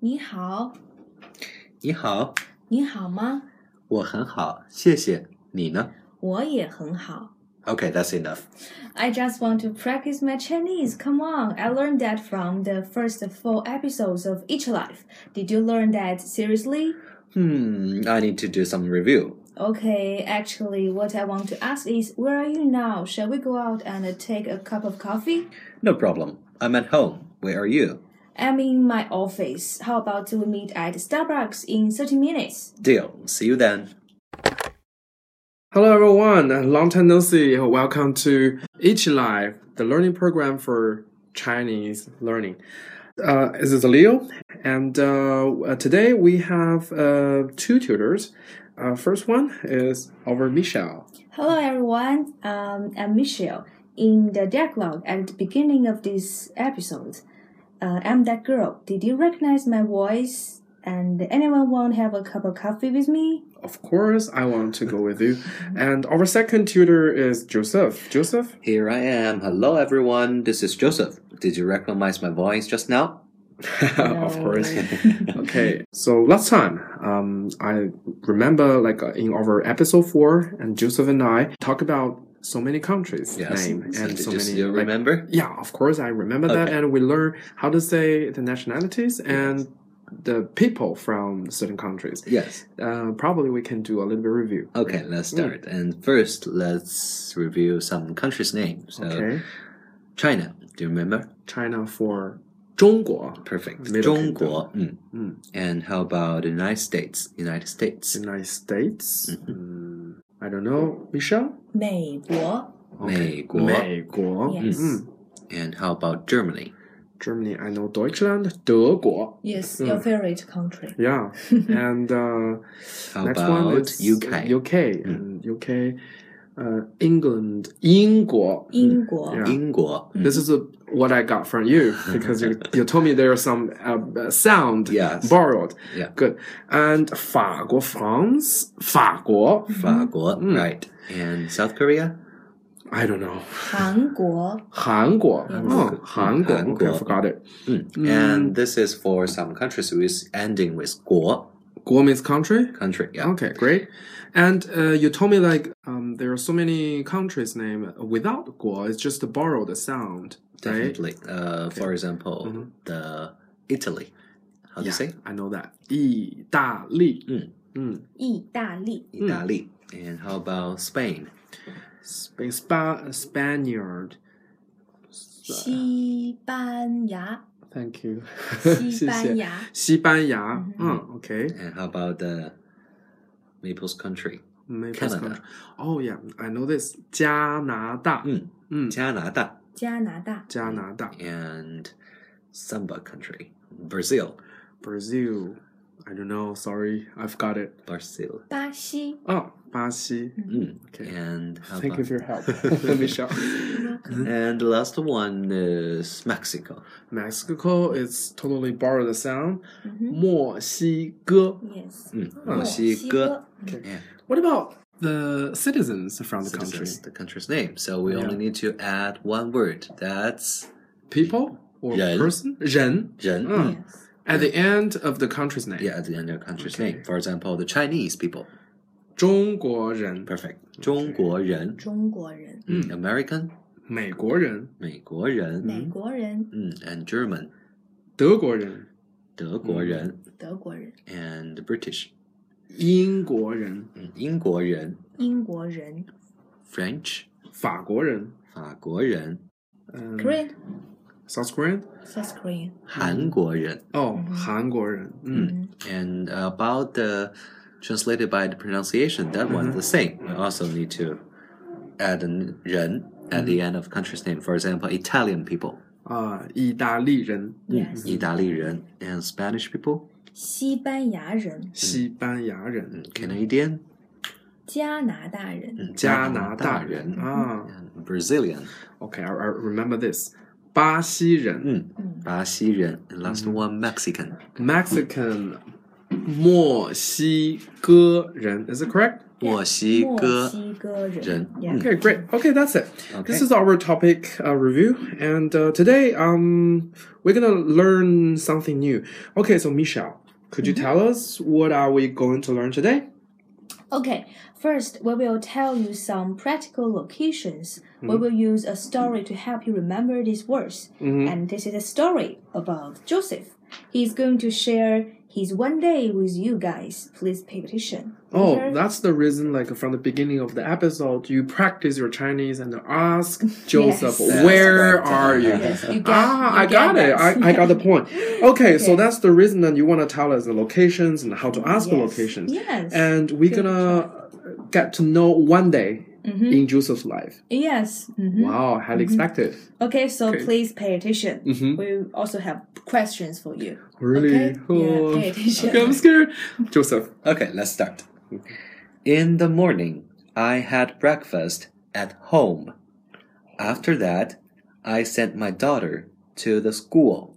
你好，你好，你好吗？我很好，谢谢。你呢我也很好。 ？Okay, that's enough. I just want to practice my Chinese. Come on, I learned that from the first four episodes of Each Life. Did you learn that seriously? Hmm, I need to do some review. Okay, actually, what I want to ask is where are you now? Shall we go out and take a cup of coffee? No problem. I'm at home. Where are you? I'm in my office. How about we meet at Starbucks in 30 minutes? Deal. See you then. Hello everyone, long time no see. Welcome to Each Live, the learning program for Chinese learning. Uh, this is Leo, and uh, uh, today we have uh, two tutors. Uh, first one is our Michelle. Hello, everyone. Um, I'm Michelle. In the dialogue at the beginning of this episode, uh, I'm that girl. Did you recognize my voice? And anyone want to have a cup of coffee with me? Of course, I want to go with you. And our second tutor is Joseph. Joseph, Here I am. Hello, everyone. This is Joseph. Did you recognize my voice just now? Uh, of course. No. Okay, so last time, um, I remember like uh, in our episode four, and Joseph and I talked about so many countries name So and did so you many. still like- remember? yeah, of course, I remember that, Okay. and we learned how to say the nationalities and the people from certain countries. Yes. Uh, probably we can do a little bit review. Okay, let's Mm. start. And first, let's review some countries' names. So, Okay, China. Do you remember? China for 中国, Perfect. Middle 中国. Mm. Mm. And how about the United States? United States. United States. Mm-hmm. Mm, I don't know, Michelle. 美国, Okay. Mm. 美国。美国. Yes. 嗯。 And how about Germany? Germany, I know Deutschland, 德国. yes, Mm. your favorite country. Yeah. and uh, How next about Mm. one is UK? UK and UK, uh, England, 英国. Mm. 英国, Yeah. 英国. Mm. This is a, what I got from you because you, you told me there are some uh, uh, sound Yes. borrowed. Yeah. Good. And 法国, France, 法国.法国, Mm. Mm-hmm. right. And South Korea? I don't know. 韩国, 韩国. Yes. Oh, 韩国. Okay, I 韩国. forgot it. Mm. Mm. And this is for some countries with ending with 国,国 means country. country. Yeah. Okay, great. And uh, you told me like um, there are so many countries name without 国, it's just borrow the sound, right? Definitely. Uh, for example, Mhm. the Italy. How do you say? I know that. 意大利. Mm. Mm. 意大利, Mm. Italy. And how about Spain? Spain, spa, Spaniard. S- 西班牙, Thank you. 西班牙,西班牙. Mhm. Mm, okay. And how about the Maple's country? Maybe it's Canada. country. Oh yeah, I know this. 加拿大. Mm. 嗯， Canada. 加拿大,加拿大. And Samba country. Brazil. Brazil. I don't know. Sorry, I've got it. Brazil. 巴西, Oh, 巴西. Mm. Okay. And how Thank you about for your help, Michelle. Hmm. Mm-hmm. And the last one is Mexico. Mexico is totally borrowed the sound. Mhm. 墨西哥. yes, Oh, 嗯，嗯，墨西哥。 What about the citizens from the This country? is the country's name. So we Yeah. only need to add one word. That's People or 人. person? 人.人. Mm. yes. At the end of the country's name. Yeah, at the end of country's Okay. name. For example, the Chinese people. 中国人. Perfect. 中国人.中国人、Hmm. Mm. American. 美国人.美国人.美国人、 Mm. And German. 德国人. Hmm. 德国人.德国人、 And British. Mm. 英国人.嗯，英国人英国人、 French，法国人.法国人，Hmm. 嗯, Korean、Um, South Korean? South Korean。韩国人。 Oh, 嗯。韩国人.嗯嗯。And about the translated by the pronunciation, that one's Mm-hmm. the same. We also need to add an 人 at Mm-hmm. the end of country's name. For example, Italian people, Uh, 啊，意大利人。 Yes，意大利人，and Spanish people, 西班牙人、西班牙人。嗯 Canadian，加拿大人、嗯加拿拿大大人啊，and Brazilian， ，OK，I I remember this。巴西人 Mm-hmm. 嗯，巴西人，and last one Mexican， ，Mexican，墨西哥人. Is it correct? 墨西哥人墨西哥人。Yeah. Mm. Okay, great. Okay, that's it. This is our topic uh, review, and uh, today um we're gonna learn something new. Okay, so Michelle, could you Mm-hmm. tell us what are we going to learn today? Okay, first we will tell you some practical locations. Mm. We will use a story to help you remember these words. Mm-hmm. Mm. And this is a story about Joseph. He's going to share his one day with you guys. Please pay attention. Oh, Okay? that's the reason. Like from the beginning of the episode, you practice your Chinese and ask Joseph, Yes. "Where That's are right. you?" Yes, you got- ah, you I got got it. that. I, I got the point. Okay, so Okay. that's the reason that you want to tell us the locations and how to ask the Yes. locations. Yes. And we're Good Mm-hmm. gonna get to know one day in Joseph's life. yes. mhm. Wow, highly expected. Okay, so Okay. please pay attention. Mhm. We also have questions for you. Really? Okay? Oh. Yeah, pay attention. Okay, I'm scared. Mm-hmm. Joseph. Okay, let's start. In the morning, I had breakfast at home. After that, I sent my daughter to the school.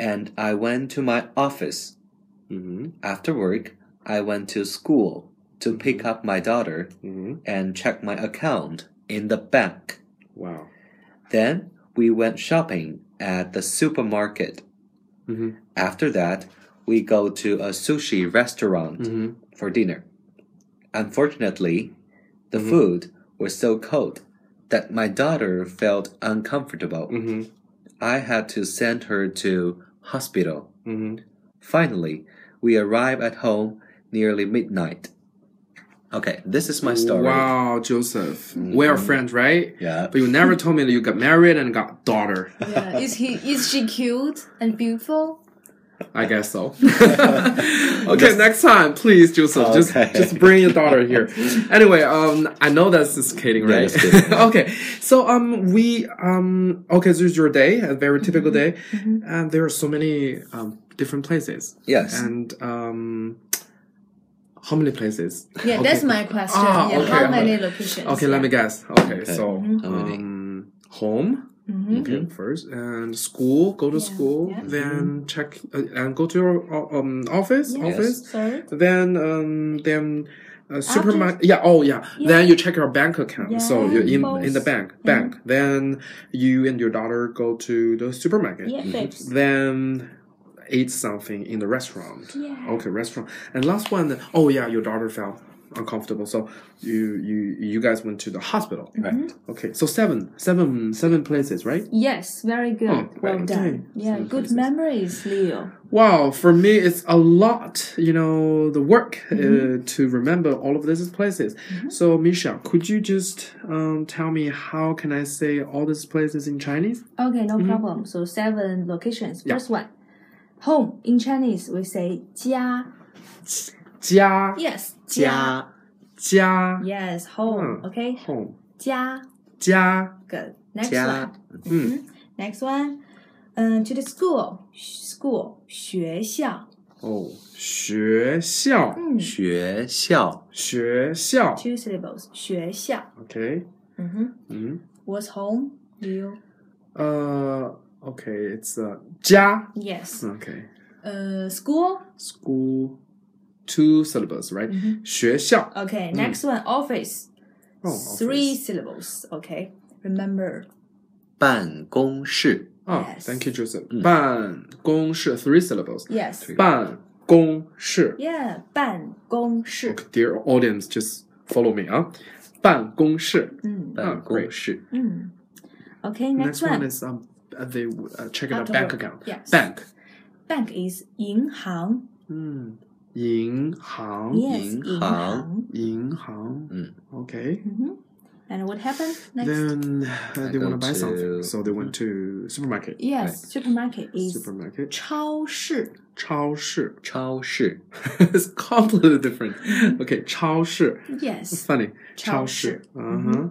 And I went to my office. Mhm, After work, I went to school to pick up my daughter mhm. and check my account in the bank. Wow. Then we went shopping at the supermarket. Mhm. After that, we go to a sushi restaurant Mhm. for dinner. Unfortunately, the Mm-hmm. food was so cold that my daughter felt uncomfortable. Mhm. I had to send her to hospital. Mhm. Finally, we arrive at home nearly midnight. Okay, this is my story. Mm-hmm. Wow, Joseph. We are friends, right? Yeah. But you never told me that you got married and got daughter. Yeah, is he is she cute and beautiful? I guess so. okay, next time, please, Joseph, just Okay. just bring your daughter here. Anyway, um, I know that's just kidding, Yeah, right? that's kidding, yeah. okay, so um, we um, okay, this is your day, a Mm-hmm. very typical day, Mm-hmm. and there are so many um different places, Yes. and um, how many places? Yeah, Okay. that's my question. Ah, yeah, okay, how many okay. locations? Okay, let me guess. Okay, Okay. so Mm-hmm. How many? um, home. Mm-hmm. Mhm. Okay, first and school. Go to Yeah, school, yeah. Mm-hmm. then check uh, and go to your uh, um office. Yes. Office. Sorry. Then um then. Uh, supermarket, yeah, oh yeah. Yeah. Then you check your bank account. so Yeah, you're in both. in the bank, bank. Then you and your daughter go to the supermarket. Yeah, babes. Mm-hmm. Then eat something in the restaurant. Yeah. Okay, restaurant. And last one, oh yeah, your daughter felt uncomfortable, so you you you guys went to the hospital. Right. Mm-hmm. Okay, so seven, seven, seven places, right? Yes, very good. Oh, well right. done. Okay. Yeah, Some good places. memories, Leo. Wow, for me, it's a lot, you know, the work uh, to remember all of these places. So, Michelle, could you just um, tell me how can I say all these places in Chinese? Okay, no problem. So seven locations. Mm-hmm. Yeah. First one, home in Chinese we say 家.家 Yes, 家.家家 Yes, home. Hmm. Okay, home 家.家 Good. Next 家 one. mm. Next one. Um, to the school. School. 学校.哦学校 Mm. 学校学校 Two syllables. 学校. OK Mm-hmm. 嗯 What's home? You. 呃 OK Uh, it's uh, 家 Yes. OK Uh, school. school two syllables right Mm-hmm. 学校 Okay. Next one. Office. Mm-hmm. Hmm. Oh, Three office. syllables. Okay. Remember. 办公室 Oh, Yes. thank you, Joseph. 办公室 three syllables. Yes. 办公室. Yeah. 办公室. Okay, dear audience, just follow me. Huh? 办公室.嗯办公室嗯。Okay. Oh, Next, Next one is um, uh, they uh, check out After bank work, account. yes. Bank. bank is 银行. Mm. 银行. Yes. 银行。银行.银行. Mm. Okay. Mhm. And what happened next? Then uh, I they want go to buy to- something, so they went to supermarket. yes, supermarket is Supermarket. 超市.超市.超市 it's completely different. Okay, 超市. It's Yes. funny. 超市. Uh-huh. And,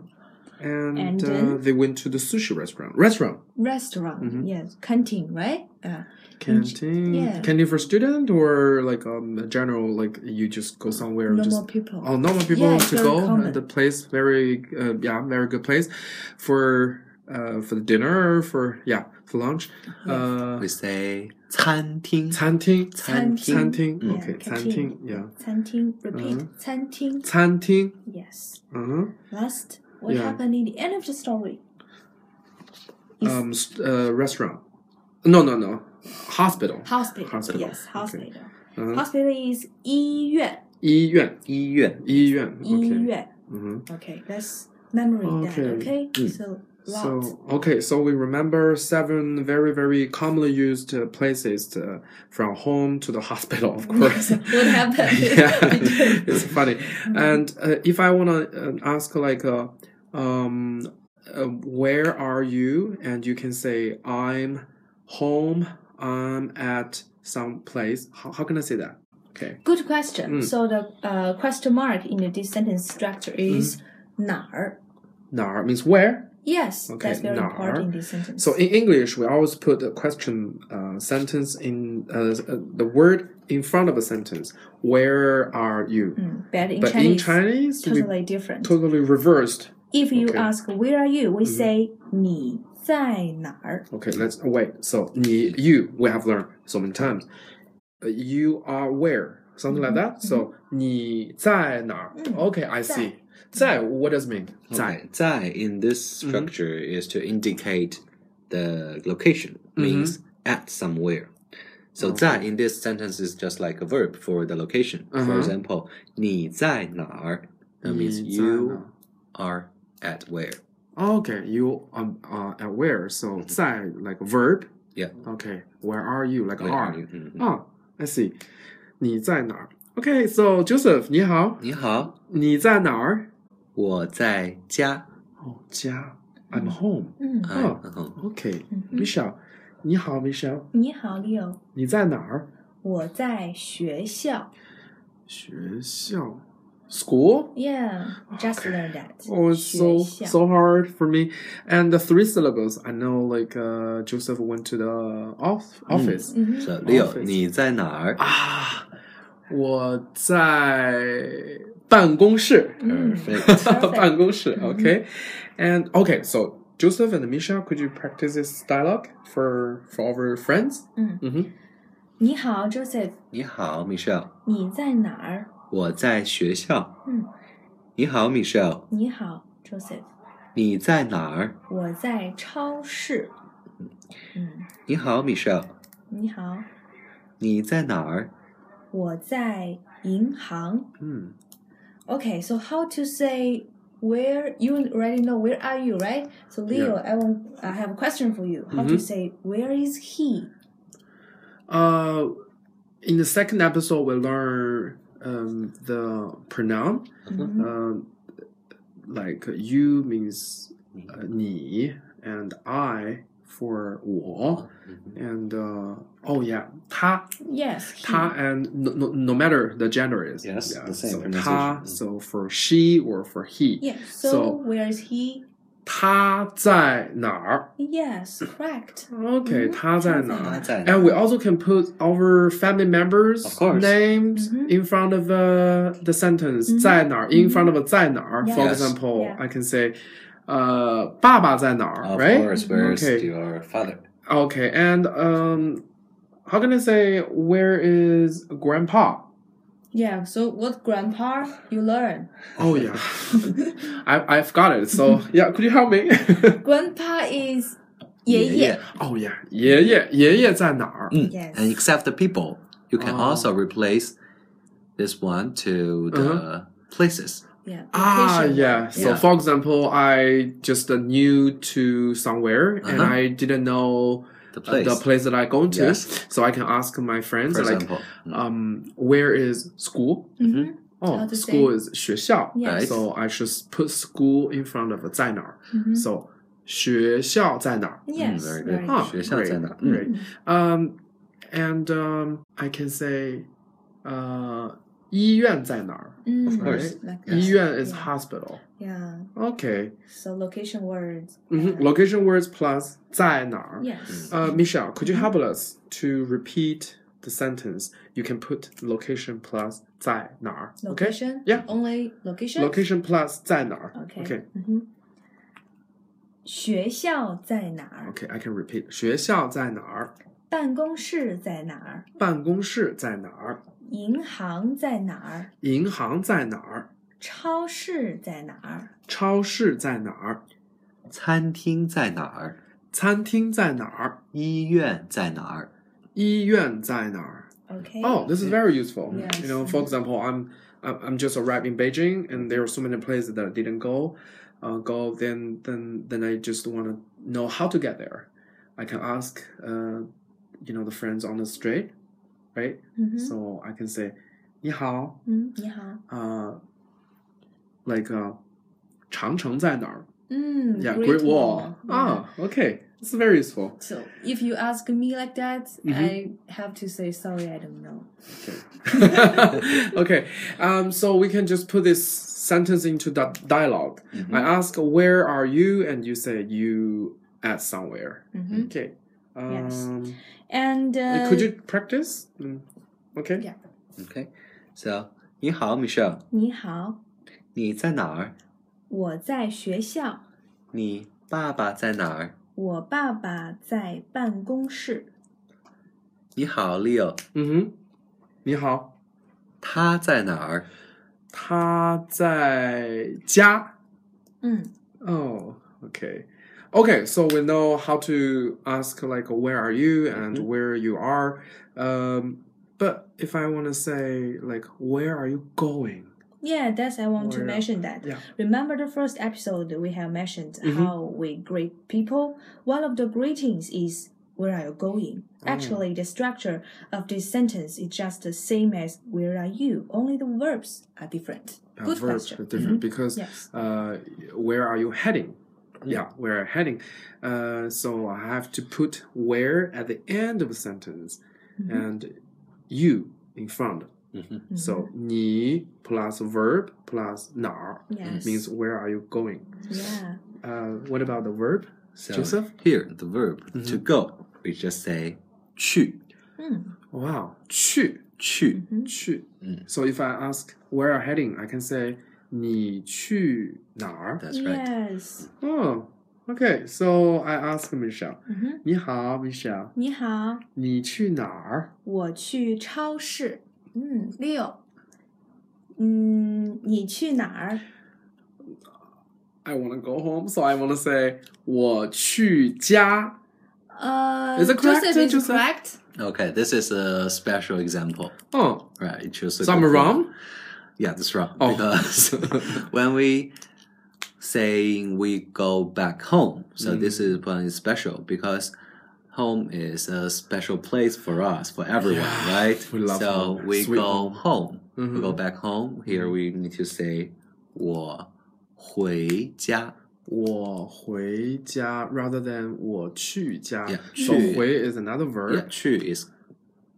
Mm-hmm. And uh, then- they went to the sushi restaurant. Restaurant. Restaurant. Mm-hmm. Yes. Canteen, right? Uh, Canteen. yeah. Canteen for student or like um general like you just go somewhere normal just people. oh normal people Yeah, it's to very go common. and the place very uh, yeah very good place for uh, for the dinner, for yeah, for lunch. Uh, We say 餐厅.餐厅,餐厅.餐厅, Yeah, okay, 餐厅.餐厅, yeah. 餐厅, repeat, Mhm. 餐厅,餐厅, yes. uh-huh. Last, what Yeah. happened in the end of the story? Is um, s- uh, restaurant. No, no, no, hospital. hospital. hospital, yes, okay. hospital. Uh-huh. Hospital is 医院,医院,医院.医院, okay. 医院. Mhm. Okay, let's memory that, Okay. okay? Mm. So, lot. So okay, so we remember seven very very commonly used uh, places uh, from home to the hospital, of course. What happened? yeah, it's funny. Mm-hmm. And uh, if I want to uh, ask, like, uh, um, uh, where are you? And you can say, I'm home. I'm at some place. How, how can I say that? Okay. Good question. Mm. So the uh, question mark in the this sentence structure is Mm-hmm. 哪儿? Nar means where. Yes, Okay, that's very 哪儿? important in this sentence. So in English, we always put a question uh, sentence in uh, s- uh, the word in front of a sentence. Where are you? Mm, but in But Chinese, in Chinese, we totally different. totally reversed. if you okay. Mm-hmm. ask where are you, we say 你在哪儿? Okay, let's oh, wait. So ni, you we have learned so many times. Uh, You are where something like Mm-hmm. that. So ni zai Okay, I see. Zai. What does it mean? Zai. Mm-hmm. Okay, 在 in this structure is to indicate the location Mm-hmm. means at somewhere. Oh. So 在 in this sentence is just like a verb for the location. For Uh-huh. example, 你在哪儿? That means 你在哪儿? you are at where. Okay, you um, are at where? So zai like verb. Mm-hmm. Yeah. Okay, where are you? Like Where are. are you? Mhm. Oh, I see. 你在哪儿? Okay, so Joseph, 你好.你在哪儿?你好，我在家。 Oh, 家. I'm home. Mm. Oh. Uh-huh. Okay, Mhm. Michelle. 你好, Michelle. 你好, Leo. 你在哪儿?我在学校.学校 school Yeah, just Okay. learned that. oh it's so 学校. so hard for me and the three syllables i know like uh, joseph went to the off, office Mhm. So Leo, Office. 你在哪儿？Mm. ah 我在办公室 Mm-hmm. Perfect. Perfect. 办公室 okay and okay so joseph and misha could you practice this dialogue for for our friends 嗯。Mm-hmm. Mhm. Mm-hmm. 你好, Joseph. 你好，Michelle。我在你学校。在哪儿？嗯。你好，Michelle。你好, Joseph. 我在超市。Mm-hmm. 嗯，你在哪儿？你好，Michelle。你在哪你儿？好，我在银行。 Mm. Okay, so how to say where you already know where are you, right? So Leo, I want I have a question for you. How to Mhm. say where is he? Uh, in the second episode, we learn um, the pronoun. Mhm. Um, like you means uh, Mm-hmm. 你 and I for 我 and uh, oh yeah 他 Yes, he. 他 and no, no, no matter the gender is Yes, yeah, the same so pronunciation. Mm-hmm. 他 so for she or for he Yeah. So, So- where is he? 他在哪儿 Yes, correct. okay 他在哪儿他在哪儿？ And we also can put our family members' Of course. names Mhm. in front of uh, the sentence Mhm. 在哪儿, in front of a 在哪儿. Yeah. For Yes. example, Yeah. I can say uh, 爸爸在哪儿, Of right? course, where's Okay. your father? Okay, and um, how can I say where is grandpa? Yeah. So what grandpa you learn? Oh yeah, I I forgot it. So yeah, could you help me? Grandpa is 爷爷。爷爷。 oh yeah, 爷爷,爷爷在哪儿? Mm. Yes. And except the people, you can Oh. also replace this one to the Uh-huh. places. Yeah. Ah, location. yeah. So, Yeah. for example, I just uh, new to somewhere and Uh-huh. I didn't know The uh, place. the place that I go to. Yes. So I can ask my friends, For like, example. Mm. um, where is school? Mhm. How Oh, to say? school is 学校. Yes. So I should put school in front of 在哪儿. Mhm. So 学校在哪儿? Yes. Mm, very good. right. Ah, 学校在哪儿? great, great. Um, and um, I can say, uh, 医院在哪儿? Mm, Of course. Like that. 医院 E is Yeah. hospital. Yeah. Okay. So location words. Mhm. Uh, Location words plus 在哪儿. yes. Uh, Michelle, could you help us to repeat the sentence? You can put location plus 在哪儿. Okay. Location. yeah. Only location. Location plus 在哪儿. Okay. Okay. Mhm. 学校在哪儿？ Okay, I can repeat. 学校在哪儿？办公室在哪儿？办公室在哪儿？银行在哪儿？银行在哪儿？超市在哪儿？超市在哪儿？餐厅在哪儿？餐厅在哪儿？医院在哪儿？医院在哪儿？ Okay. Oh, this is very useful. Yes. You know, for example, I'm I'm I'm just arrived in Beijing, and there are so many places that I didn't go. Uh, go then then then I just want to know how to get there. I can ask, uh, you know, the friends on the street, right? 嗯哼 So I can say, 你好,嗯，你好。 uh, like uh, 长城在哪儿?嗯 Yeah, Mm-hmm. Great Wall. Mm-hmm. Ah, okay, it's very useful. So if you ask me like that, Mhm. I have to say sorry, I don't know. okay, um, so we can just put this sentence into that dialog Mm-hmm. I ask where are you, and you say you at somewhere. 嗯哼 Okay. Mm-hmm. Yes. Um, And uh, Mm-hmm. Could you practice? Mm, Okay. Yeah. Mm-hmm. Okay. So, 你好，Michelle，你好，你在哪儿？我在学校，你爸爸在哪儿？我爸爸在办公室，你好，Leo， Mm-hmm. 你好，他在哪儿？他在家。嗯 Oh, okay. Okay, so we know how to ask like where are you and Mm-hmm. Mhm. where you are. Um, but if I want to say like where are you going? ，Yeah, that's I want to Well, mention that. uh, yeah. Remember the first episode we have mentioned Mhm. how we greet people. One of the greetings is "Where are you going?" Oh. Actually, the structure of this sentence is just the same as "Where are you?" Only the verbs are different. Uh, Good verbs question. Mm-hmm. are different because Yes. uh, where are you heading? Yeah, where are you heading? Uh, so I have to put where at the end of a sentence Mhm. and you in front. 嗯 Mm-hmm. 哼， So 你 plus verb plus 哪儿 Mm-hmm. Yes. means where are you going? yeah. Uh, what about the verb? So Joseph? here the verb Mm-hmm. to go, we just say 去 Mm. Wow. 去去 Mhm. 去嗯 So if I ask where are you heading, I can say 你去哪儿? ，That's right. Yes. Oh, okay. So I ask Michelle. Mhm. 你好, Michelle. 你好，你去哪儿?我去超市。嗯 Leo, 嗯，你去哪儿？ I want to go home, so I want to say 我去家. uh, Is it correct, Joseph is Joseph? correct. Okay, this is a special example. Oh, Right, you choose. a so I'm good one. wrong? Yeah, that's wrong. Oh. Because when we saying we go back home, so Mm. this is one is special because home is a special place for us, for everyone, Yeah, right? we love so home. we Sweet go home. Mm. home. We Mhm. go back home. Here we need to say 我回家.我回家 rather than 我去家. Yeah, so 去。回 is another verb. Yeah, 去 is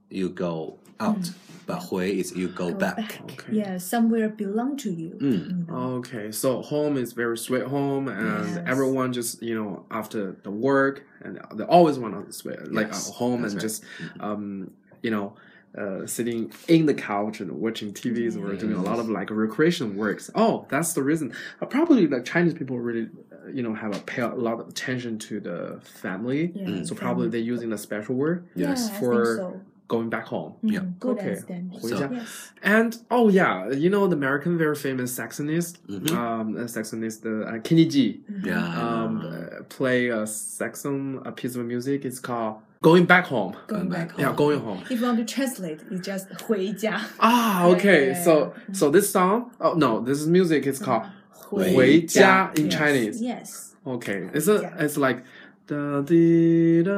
you go out, Mm. but 回 is you go, back. Okay. Mm. Oh, Yeah, somewhere belong to you. 嗯 Mm-hmm. Mhm. Okay, so home is very sweet home, and Yes. everyone just you know after the work, and they always want to sweat like Yes, at home that's and right. just um you know. Uh, sitting in the couch and watching TVs or doing a lot of like recreation works. Oh, that's the reason. Uh, probably like Chinese people really, uh, you know, have a pay a lot of attention to the family. Yeah, So probably they're using the special word Yes. Yeah, I for think going back home. so. Yeah. Mm, Good Okay. understanding. So- Yes. And oh yeah, you know the American very famous saxonist, Mhm. um, uh, saxonist uh, Kenny G, Mm-hmm. Yeah. I um, know. uh, play a saxon, a piece of music. It's called "Going Back Home." Going back Yeah, home. going home. If you want to translate, it's just 回家. Ah, okay. Yeah. So, so this song. Oh no, this music is called Uh-huh. Wei- "Wei Jia" in Yes. Chinese. Yes. Okay, it's a, Yeah. it's like. Da, dee, da.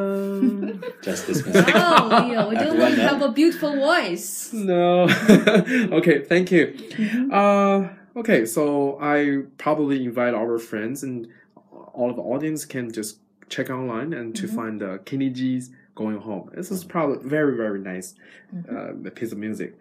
Just this. Oh, Leo, we don't Everyone you know? have a beautiful voice. No. okay, thank you. Mm-hmm. Uh, okay, so I probably invite our friends and all of the audience can just check online and to find uh, Kenny G's Going Home. This is probably very, very nice uh, piece of music.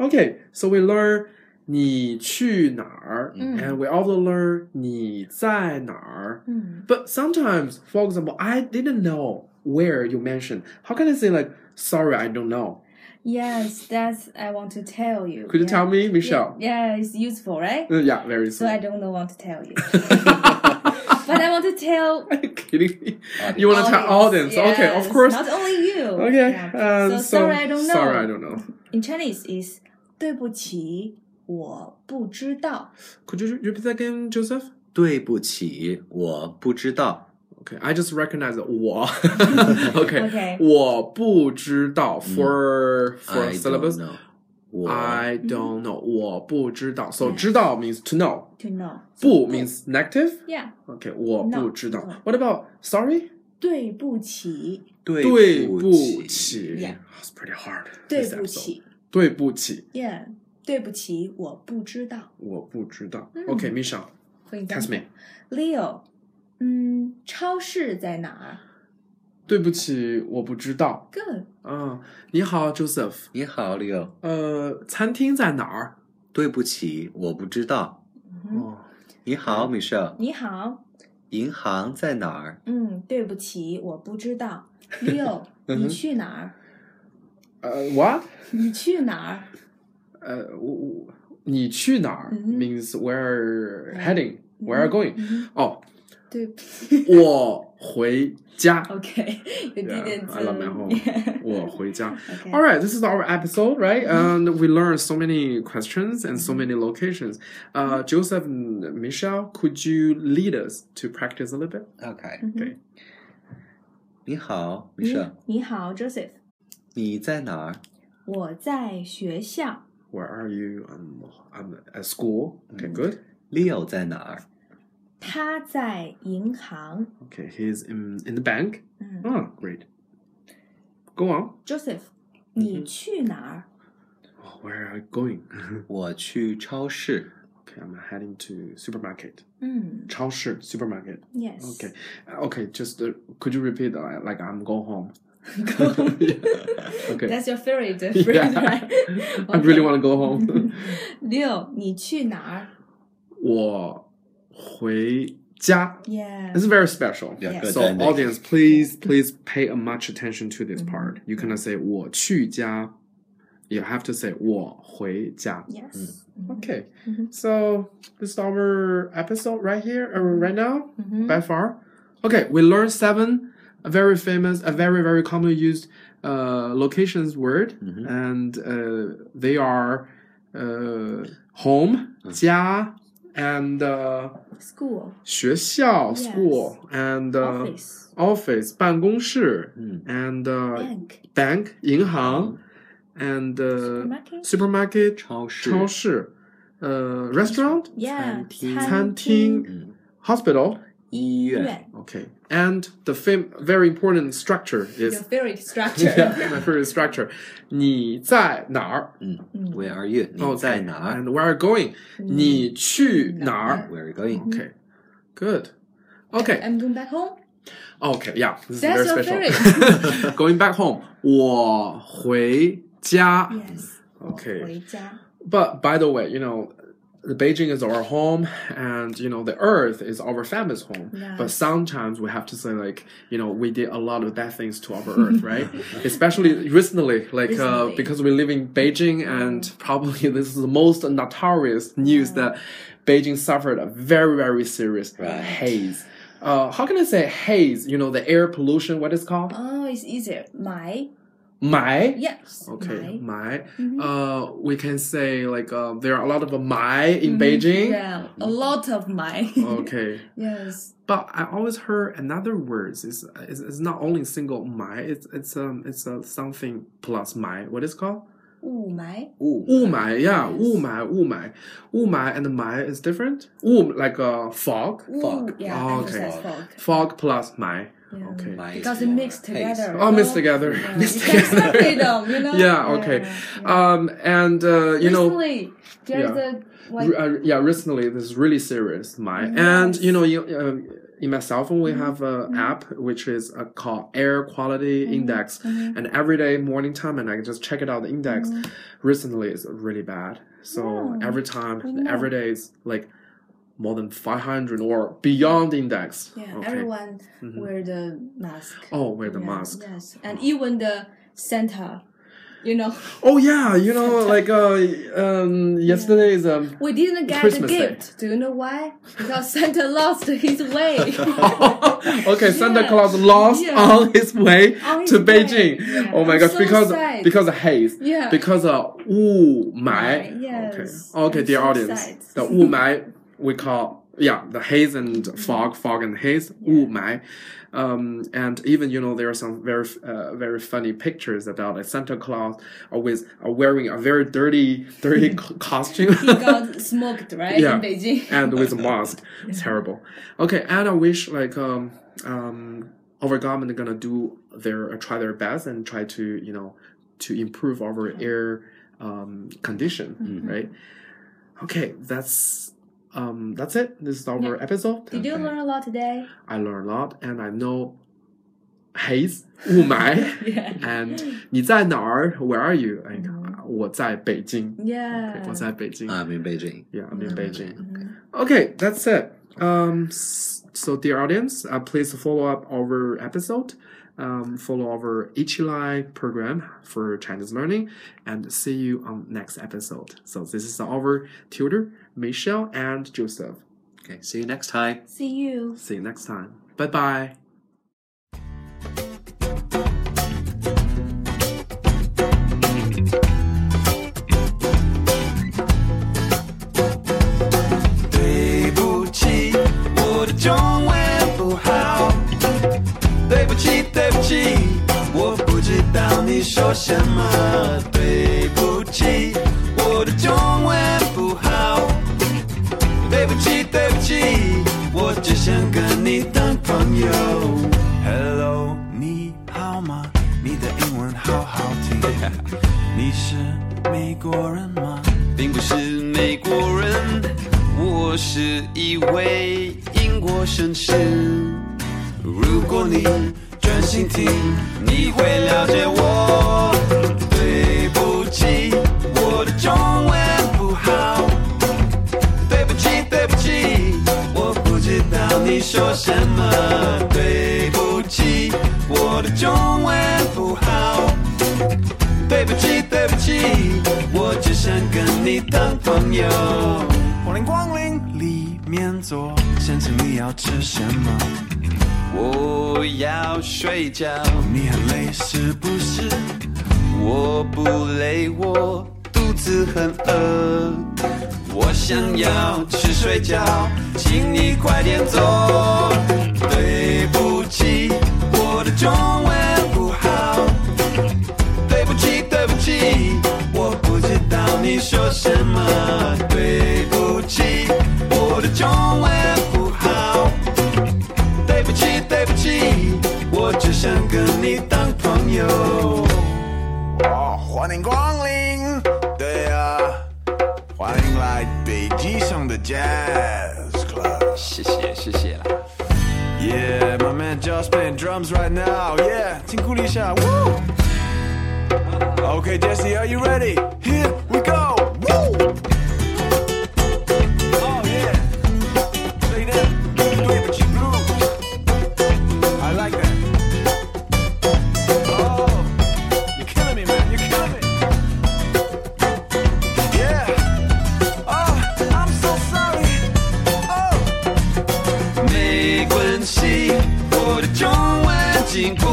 Okay, so we learn 你去哪儿 Mhm. Mm. and we also learn 你在哪儿.嗯 But sometimes, for example, I didn't know where you mentioned. How can I say like, sorry, I don't know? ，Yes, that's I want to tell you. Could Yeah. you tell me, Yeah, Michelle? yeah, it's useful, right? Uh, Yeah, very So I soon. don't know what to tell you. but I want to tell Are you kidding me? Audience. You want to tell audience? Okay, yes, of course. Not only you. Okay. Yeah. Uh, so, sorry, I don't know. Sorry, I don't know. In Chinese is 对不起，我不知道。 Could you repeat that again, Joseph? 对不起，我不知道。 Okay, I just recognize the 我. okay. Okay. 我不知道 for for I syllabus. don't know. 我 I don't know. 我不知道. So 知道 means to know. To know. 不 means negative. Yeah. Okay, 我不知道. no. What about sorry? 对不起，对不起，对不起. Yeah. It's pretty hard. 对 this 不 episode. 起对不起. ，Yeah，对不起，我不知道。我不知道. Mm. Okay, Misha, 回答 test me. Leo，嗯，超市在哪儿对不起，我不知道。 ？Good，啊，你好 Joseph。你好，Leo。呃，餐厅在哪儿？对不起，我不知道。嗯你好，Michelle。你好，银行在哪儿？嗯，对不起，我不知 道。Leo，你 Uh-huh. 去哪儿？呃，what？你去哪儿？呃，我我你去哪儿 Mhm. means where Yeah. heading, Mm。where are going. 嗯 Oh, 对不我回家。 ，OK，you Yeah, didn't. I love my um, home. yeah. 我回家。 Okay. All right, this is our episode, right? And we learned so many questions and so many locations. Uh, Joseph and Michelle, could you lead us to practice a little bit? OK，嗯哼对你好你，Michelle。你好，Joseph，你在哪儿？我在学校。 Where are you? I'm, I'm at school. Okay, Mhm. good. Leo 在哪儿？他在银行。 Okay, he's in, in the bank. 嗯 Oh, great. Go on. ，Joseph，你去哪儿？ Oh, where are you going? 我去超市。 okay, I'm heading to supermarket. 嗯超市 supermarket. ，Yes。 Okay, Uh, okay. Just uh, could you repeat? Uh, like I'm go home. Okay. That's your favorite phrase, Yeah. right? I really want to go home. 六，你去哪儿 我回家. ？Yeah. It's very special. Yeah, Yes. good So ending. audience, please, please pay uh, much attention to this part. You cannot say 我去家. You have to say 我回家. Yes. Okay. Mhm. So this is our episode right here, uh, right now, Mhm. by far. Okay, we learned seven a very famous, a very very commonly used uh, locations word, Mhm. and uh, they are uh, home, 家, and uh, School. 学校 Yes. school, and uh, Office. office 办公室,嗯 and uh, Bank. bank Mm. 银行, and uh, Market. supermarket 超市。超市, uh, restaurant, Yeah. 餐厅。餐厅。嗯， hospital. 医院。院。 Okay, and the fam- very important structure Your is favorite structure. yeah, my favorite structure. 你在哪儿?嗯 Where are you？你 Okay, 在哪儿 And where are you going? Mm. 你去哪儿? ？Where are you going？Mm-hmm. Okay, good. Okay, Oh, I'm going back home. okay, yeah, this is That's very your special. going back home. 我回家. Yes. Okay. 回家。 But by the way, you know, the Beijing is our home, and you know the Earth is our family's home. But Yes. sometimes we have to say like, you know, we did a lot of bad things to our Earth, right? Especially recently, like Uh, Recently. because we live in Beijing, and probably this is the most notorious news that Beijing suffered a very very serious Right. haze. Uh, how can I say haze? You know, the air pollution. What is called? Oh, it's easier. 买。霾. Yes. Okay, Mm-hmm. 买。霾. Mhm. Uh, we can say like uh, there are a lot of uh, Mai in Mm-hmm. Beijing. Yeah, a lot of my. Okay, yes. but I always heard another words. It's, it's, it's not only single Mai. It's it's um it's uh, something plus Mai. What is it called? 雾霾。雾。雾霾. Yeah, Yes. 雾霾,雾霾.雾霾 and Mai is different. 雾 like uh, fog. 雾- Yeah, Oh, okay. emphasize fog. Fog plus Mai. Yeah. Okay. My Because it mixed taste. together. Oh, mixed together. Yeah, Mixed you can together. separate them, you know? Yeah, okay. Um, and uh, you know. Recently, there's a like Re- uh, yeah, recently this is really serious, my Yes. Mm-hmm. and you know you. Um, in my cell phone, we have a app which is uh, called Air Quality Index, mhm. and every day morning time, and I can just check it out. The index Mm-hmm. recently is really bad, so Yeah. every time, know. every day is like more than five hundred or beyond index. yeah, Okay. everyone Mhm. wear the mask. Oh, wear the Yeah, mask. Yes, and even the Santa You know, Oh yeah, you know, like uh, um, yesterday is um, we didn't get Christmas the Day. gift. Do you know why? Because Santa lost his way. Oh, okay, Santa Yeah. Claus lost Yeah. on his way On his to way. Beijing. Yeah. Oh my I'm gosh, so because sad. because of haze. Yeah. Because of 雾霾. Yes. Okay. Okay, I'm dear so audience. sad. The 雾霾we call yeah, the haze Mm-hmm. and fog, fog and haze, 雾霾. Um, and even you know there are some very uh, very funny pictures about like Santa Claus always uh, wearing a very dirty dirty co- costume. he got smoked, right? Yeah. In Beijing. and with a mask. It's Mm-hmm. terrible. Okay, and I wish like um um our government gonna do their uh, try their best and try to you know to improve our Mm-hmm. air um condition, right? Okay, that's um that's it. This is our Yeah. episode. Did you Okay. learn a lot today? I learned a lot, and I know haze 雾霾 Yeah. and 你在哪儿? Where are you? Like, uh, Mhm. 我在北京. Yeah. Uh, Okay, 我在北京. I'm in Beijing. yeah, I'm in Mhm. Beijing. Mhm. Okay, that's it. Um, s- so, dear audience, uh, please follow up our episode, um, follow our Ichilai program for Chinese learning, and see you on next episode. So, this is our tutor, Michelle and Joseph. Okay, see you next time. See you. See you next time. Bye bye. 对不起，我的中文不好。对不起，对不起，我不知道你说什么。对不起，对不起，我只想跟你当朋友。Hello，你好吗？你的英文好好听。你是美国人吗？并不是美国人，我是一位英国绅士。如果你专心听，你会了解我。对不起，我的中文不好。对不起，对不起，我不知道你说什么。对不起，我的中文不好。对不起，对不起，我只想跟你当朋友。欢迎光临，里面坐。先生，你要吃什么？我要睡觉。你很累是不是？我不累，我肚子很饿。我想要吃水饺，请你快点走。对不起，我的中文不好。对不起，对不起，我不知道你说什么。对不起，我的中文不好。对不起，对不起，我只想跟你当朋友。哦，欢迎光临。对啊，欢迎来北极熊的 Jazz Club。谢谢，谢谢啦。Yeah, my man Josh playing drums right now. Yeah，听鼓励一下，woo。Okay, Jesse, are you ready? Here we go. Woo! Oh yeah. Play that. Do it with your groove. I like that. Oh, you're killing me, man. You're killing me. Yeah. Oh, I'm so sorry. Oh. 没关系，我的中文进步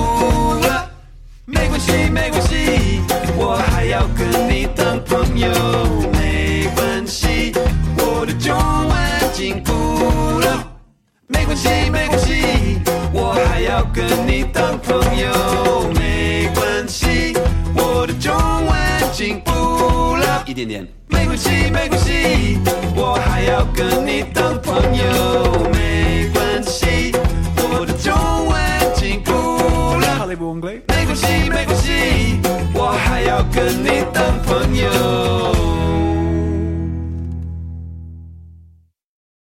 了。没关系，没关系，我还要跟你当朋友。没关系，我的中文进步了。没关系，没关系，我还要跟你当朋友。没关系，我的中文进步了一点点。没关系，没关系，我还要跟你当朋友。没关系，我的中文进步了。没关系，没关系，我还要跟你当朋友。